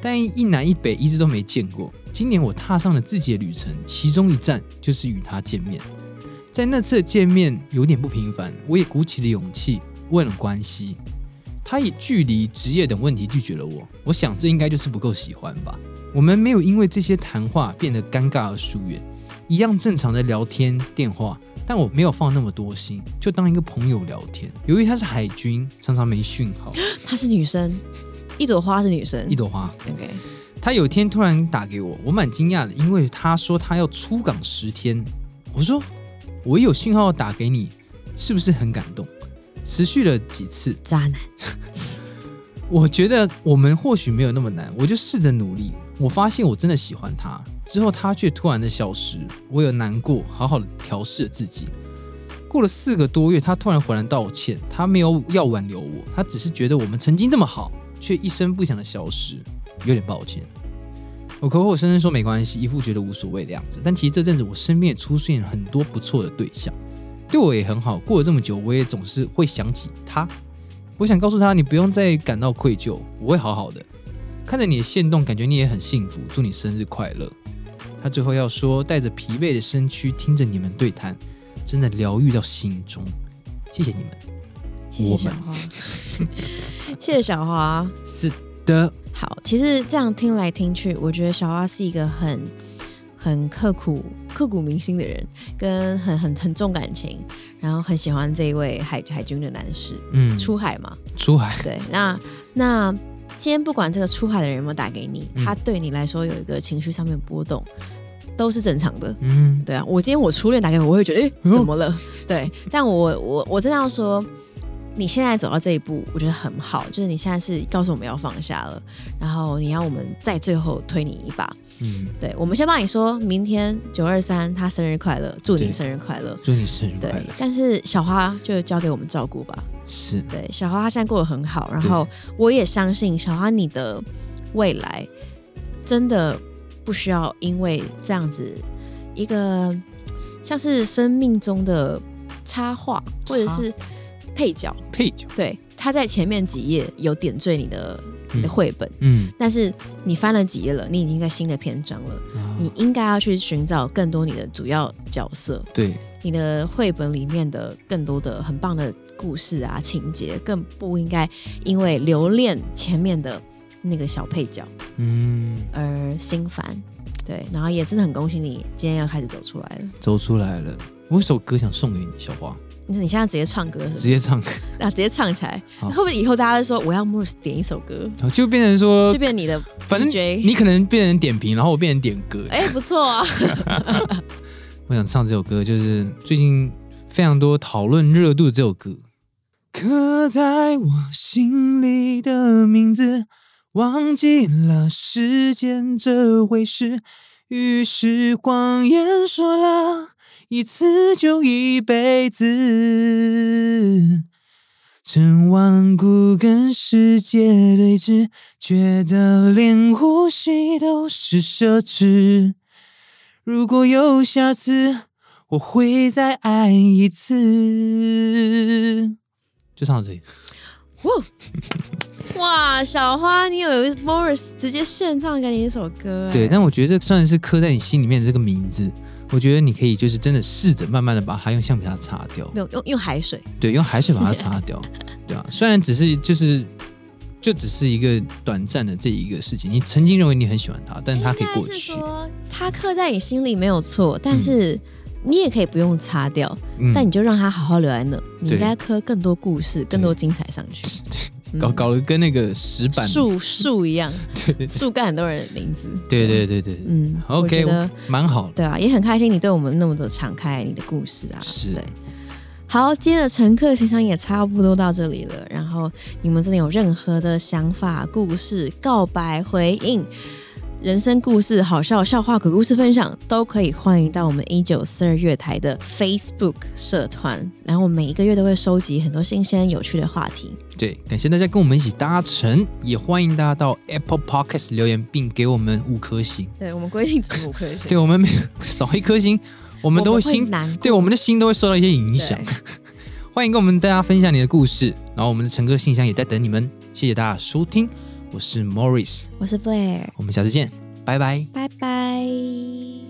Speaker 1: 但一南一北一直都没见过。今年我踏上了自己的旅程，其中一站就是与他见面。在那次的见面有点不平凡，我也鼓起了勇气问了关系。他以距离、职业等问题拒绝了我。我想这应该就是不够喜欢吧。我们没有因为这些谈话变得尴尬而疏远，一样正常的聊天电话。但我没有放那么多心，就当一个朋友聊天。由于他是海军，常常没讯号。
Speaker 2: 她是女生，一朵花是女生，
Speaker 1: 一朵花，
Speaker 2: OK，
Speaker 1: 他有一天突然打给我，我蛮惊讶的，因为他说他要出港十天。我说我有讯号打给你，是不是很感动？持续了几次，
Speaker 2: 渣男，
Speaker 1: 我觉得我们或许没有那么难，我就试着努力。我发现我真的喜欢他，之后他却突然的消失，我有难过，好好的调试了自己。过了四个多月，他突然回来道歉，他没有要挽留我，他只是觉得我们曾经这么好，却一声不响的消失，有点抱歉。我口口声声说没关系，一副觉得无所谓的样子，但其实这阵子我身边也出现了很多不错的对象，对我也很好。过了这么久，我也总是会想起他，我想告诉他，你不用再感到愧疚，我会好好的。看着你的线动，感觉你也很幸福，祝你生日快乐。他最后要说，带着疲惫的身躯，听着你们对谈，真的疗愈到心中。谢谢你们。
Speaker 2: 谢谢小花， 谢谢小花。
Speaker 1: 是的，
Speaker 2: 好，其实这样听来听去，我觉得小花是一个很很刻苦、刻骨铭心的人，跟很很很重感情，然后很喜欢这一位海海军的男士，
Speaker 1: 嗯，
Speaker 2: 出海嘛，
Speaker 1: 出海，
Speaker 2: 对，那那今天不管这个出海的人有没有打给你，
Speaker 1: 嗯
Speaker 2: 他对你来说有一个情绪上面的波动，都是正常的。
Speaker 1: 嗯，
Speaker 2: 对啊，我今天我初恋打给我，我会觉得，诶，
Speaker 1: 哎呦
Speaker 2: 怎么了？对，但我我我真的要说，你现在走到这一步，我觉得很好，就是你现在是告诉我们要放下了，然后你要我们在最后推你一把。
Speaker 1: 嗯，
Speaker 2: 对，我们先帮你说明天九二三他生日快乐，祝你
Speaker 1: 对
Speaker 2: 生日快乐。
Speaker 1: 祝你生日
Speaker 2: 对
Speaker 1: 快乐。，
Speaker 2: 但是小花就交给我们照顾吧。
Speaker 1: 是，
Speaker 2: 对，小花她现在过得很好，然后我也相信小花你的未来真的不需要因为这样子一个像是生命中的插画或者是配角，
Speaker 1: 配角，
Speaker 2: 对，他在前面几页有点缀你的你的
Speaker 1: 嗯
Speaker 2: 绘本，
Speaker 1: 嗯，
Speaker 2: 但是你翻了几页了，你已经在新的篇章了，
Speaker 1: 啊
Speaker 2: 你应该要去寻找更多你的主要角色，
Speaker 1: 对，
Speaker 2: 你的绘本里面的更多的很棒的故事啊情节，更不应该因为留恋前面的那个小配角
Speaker 1: 嗯，
Speaker 2: 而心烦。对，然后也真的很恭喜你今天要开始走出来了。
Speaker 1: 走出来了。我有首歌想送给你，小花，
Speaker 2: 那你现在直接唱歌是不
Speaker 1: 直
Speaker 2: 是，
Speaker 1: 接唱，
Speaker 2: 啊，直接唱起来，
Speaker 1: 好
Speaker 2: 会不会以后大家都说我要 Morse 点一首歌，
Speaker 1: 就变成说
Speaker 2: 就，变你的
Speaker 1: 反正
Speaker 2: DJ？
Speaker 1: 你可能变成点评，然后我变成点歌。
Speaker 2: 哎、不错啊，
Speaker 1: 我想唱这首歌，就是最近非常多讨论热度这首歌。刻在我心里的名字，忘记了时间这回事，于是谎言说了一次就一辈子。曾顽固跟世界对峙，觉得连呼吸都是奢侈。如果有下次，我会再爱一次。就唱到这里，
Speaker 2: 哇，小花，你有 Morris 直接现唱给你一首歌、哎
Speaker 1: 对，但我觉得这算是刻在你心里面的这个名字。我觉得你可以就是真的试着慢慢的把它用橡皮擦擦掉，
Speaker 2: 没有用用海水，
Speaker 1: 对，用海水把它擦 掉，对啊，虽然只是就是就只是一个短暂的这一个事情，你曾经认为你很喜欢它，但是它可以过
Speaker 2: 应该是
Speaker 1: 去，
Speaker 2: 说它刻在你心里没有错，但是你也可以不用擦掉，
Speaker 1: 嗯，
Speaker 2: 但你就让它好好留在那。你
Speaker 1: 对
Speaker 2: 应该刻更多故事、更多精彩上去。嗯
Speaker 1: 搞搞得跟那个石板，
Speaker 2: 树树一样，
Speaker 1: 对对
Speaker 2: 树干很多人的名字。
Speaker 1: 对对对对对
Speaker 2: 嗯我
Speaker 1: ，OK，
Speaker 2: 觉得
Speaker 1: 蛮好的，
Speaker 2: 对啊，也很开心你对我们那么的敞开你的故事啊。
Speaker 1: 是
Speaker 2: 对。好，今天的乘客信箱也差不多到这里了。然后你们真的有任何的想法、故事、告白、回应、人生故事、好笑笑话、鬼故事分享，都可以欢迎到我们一九四二月台的 Facebook 社团。然后我们每一个月都会收集很多新鲜有趣的话题。
Speaker 1: 对，感谢大家跟我们一起搭乘，也欢迎大家到 Apple Podcast 留言，并给我们五颗星。
Speaker 2: 对我们规定只五颗星，
Speaker 1: 对我们每少一颗星，我们都
Speaker 2: 我们会
Speaker 1: 心
Speaker 2: 难过
Speaker 1: 对我们的心都会受到一些影响。 欢迎跟我们大家分享你的故事，然后我们的乘客信箱也在等你们。谢谢大家收听，我是 Morris，
Speaker 2: 我是 Blair，
Speaker 1: 我们下次见，拜拜。
Speaker 2: 拜拜。